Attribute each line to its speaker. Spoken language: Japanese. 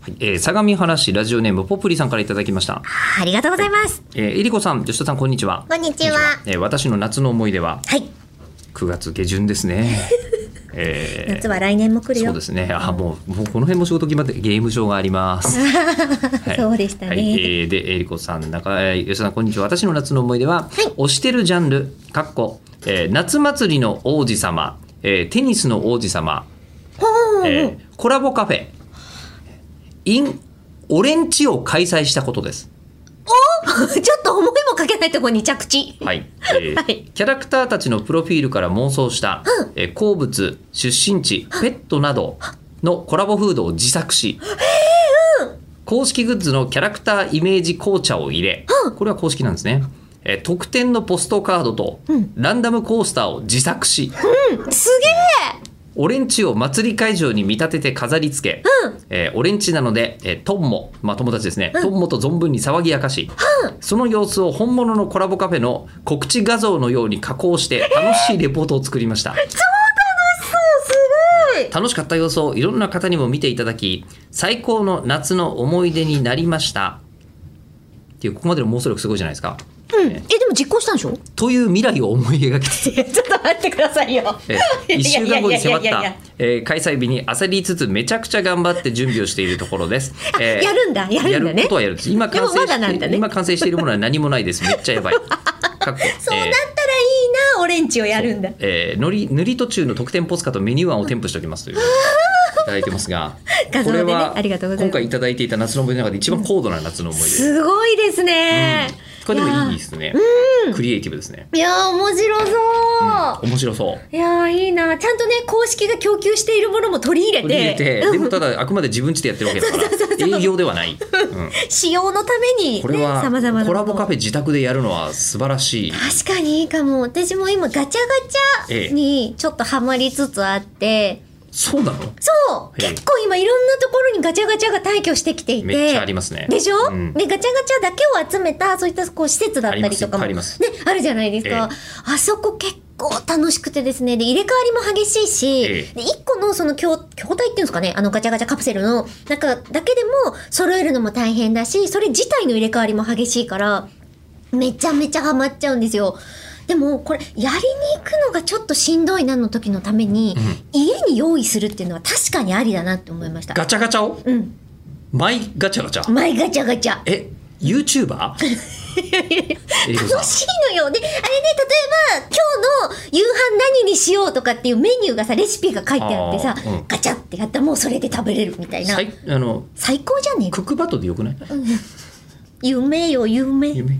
Speaker 1: はいえー相模原市ラジオネームポプリさんからいただきました。
Speaker 2: ありがとうございます。
Speaker 1: えー、えりこさん、吉田さん、こんにちは。
Speaker 2: こんにちは。
Speaker 1: えー私の夏の思い出は
Speaker 2: はい。
Speaker 1: 9月下旬ですね。 えー
Speaker 2: 夏は来年も来る
Speaker 1: そ
Speaker 2: よ。
Speaker 1: うですね。あ、もう、もうこの辺も仕事決まって、ゲーム場があります。はい
Speaker 2: そうでしたね
Speaker 1: はい、えーで、えりこさん、中、えー吉田さん、こんにちは。私の夏の思い出は、推してるジャンル、かっこ、えー夏祭りの王子様、えーテニスの王子様、
Speaker 2: ほう
Speaker 1: えーコラボカフェ、イン、オレンジを開催したことです。
Speaker 2: おちょっと思いもかけないとこに着地。
Speaker 1: はい、えー
Speaker 2: はい
Speaker 1: キャラクターたちのプロフィールから妄想した、えー好物出身地ペットなどのコラボフードを自作し、公式グッズのキャラクターイメージ紅茶を入れ、これは公式なんですね、えー特典のポストカードと、ランダムコースターを自作し、
Speaker 2: す
Speaker 1: 俺んちを祭り会場に見立てて飾り付け、えー俺んちなので、えートンモ、まあ、友達ですね、トンモと存分に騒ぎ明かし、その様子を本物のコラボカフェの告知画像のように加工して楽しいレポートを作りました、
Speaker 2: げえ
Speaker 1: 楽しかった様子をいろんな方にも見ていただき最高の夏の思い出になりましたっていうここまでの妄想力すごいじゃないですか、
Speaker 2: うん。え、でも実行したんでしょ
Speaker 1: という未来を思い描きつつ
Speaker 2: ちょっと待ってくだ さいよ。
Speaker 1: えー1週間後に迫っ
Speaker 2: いやいやいやいや
Speaker 1: た
Speaker 2: いや
Speaker 1: えー開催日に焦りつつめちゃくちゃ頑張って準備をしているところ です。えー
Speaker 2: やるんだやるんだね
Speaker 1: ことはやるんです。今完成
Speaker 2: でもまだなん
Speaker 1: し
Speaker 2: だ
Speaker 1: て、
Speaker 2: ね
Speaker 1: 今完成している ものは何もないです。めっちゃやばい。かっこ
Speaker 2: そうなったらい
Speaker 1: え
Speaker 2: いな、オレンジをやるんだ
Speaker 1: ー。えー、のり塗り途中の特典ポスカとメニュー案を添付しておきますという。いただいてますが、
Speaker 2: 画像
Speaker 1: こ
Speaker 2: で
Speaker 1: れ
Speaker 2: ね
Speaker 1: は
Speaker 2: ありがとうございま
Speaker 1: 今
Speaker 2: す
Speaker 1: 回いただいていた夏の思い出の中で一番高度な夏の思い出。
Speaker 2: すごいですね。
Speaker 1: これでもいい
Speaker 2: い
Speaker 1: ですね。クリエイティブですね。
Speaker 2: やーいやー、面白そう。
Speaker 1: 面白そう。
Speaker 2: いやーいいなちゃんとね公式が供給しているものも取り入れ
Speaker 1: 取り入れ
Speaker 2: て
Speaker 1: て、でもただあくまで自分ちでやってるわけだから、営業ではない。うん
Speaker 2: 使用のために
Speaker 1: これ
Speaker 2: ね
Speaker 1: は
Speaker 2: さまざまな
Speaker 1: コ
Speaker 2: もの
Speaker 1: ラボ
Speaker 2: を
Speaker 1: カフェ自宅でやるのは素晴らしい。
Speaker 2: 確かにいいかも私も今ガチャガチ
Speaker 1: ええ
Speaker 2: ャにちょっとハマりつつあって
Speaker 1: そうなの
Speaker 2: そう
Speaker 1: ええ
Speaker 2: 結構今いろんなところにガチャガチャが退去してきていて
Speaker 1: めっちゃありますね。
Speaker 2: でしょ、
Speaker 1: うん
Speaker 2: でガチャガチャだけを集めたそういったこう施設だったりとかも
Speaker 1: あります
Speaker 2: ねあるじゃないですか、
Speaker 1: え
Speaker 2: あそこ結構楽しくてですねで入れ替わりも激しいし、
Speaker 1: ええ
Speaker 2: で1個のその筐筐体っていうんですかねあのガチャガチャカプセルの中だけでも揃えるのも大変だしそれ自体の入れ替わりも激しいからめちゃめちゃハマっちゃうんですよ。でもこれやりに行くのがちょっとしんどいなの時のために、家に用意するっていうのは確かにありだなって思いました。
Speaker 1: ガチャガチャを
Speaker 2: うん、
Speaker 1: マイガチャガチャ。
Speaker 2: マイガチャガチャ。
Speaker 1: え、YouTuber? えりこさん
Speaker 2: 楽しいのよ。で、あれね、例えば、今日の夕飯何にしようとかっていうメニューがさ、レシピが書いてあってさ
Speaker 1: あ、ーうん
Speaker 2: ガチャってやったらもうそれで食べれるみたいな
Speaker 1: さ。いあの
Speaker 2: 最高じゃねえか。
Speaker 1: クックパッドでよくない
Speaker 2: 夢よ、夢。
Speaker 1: 夢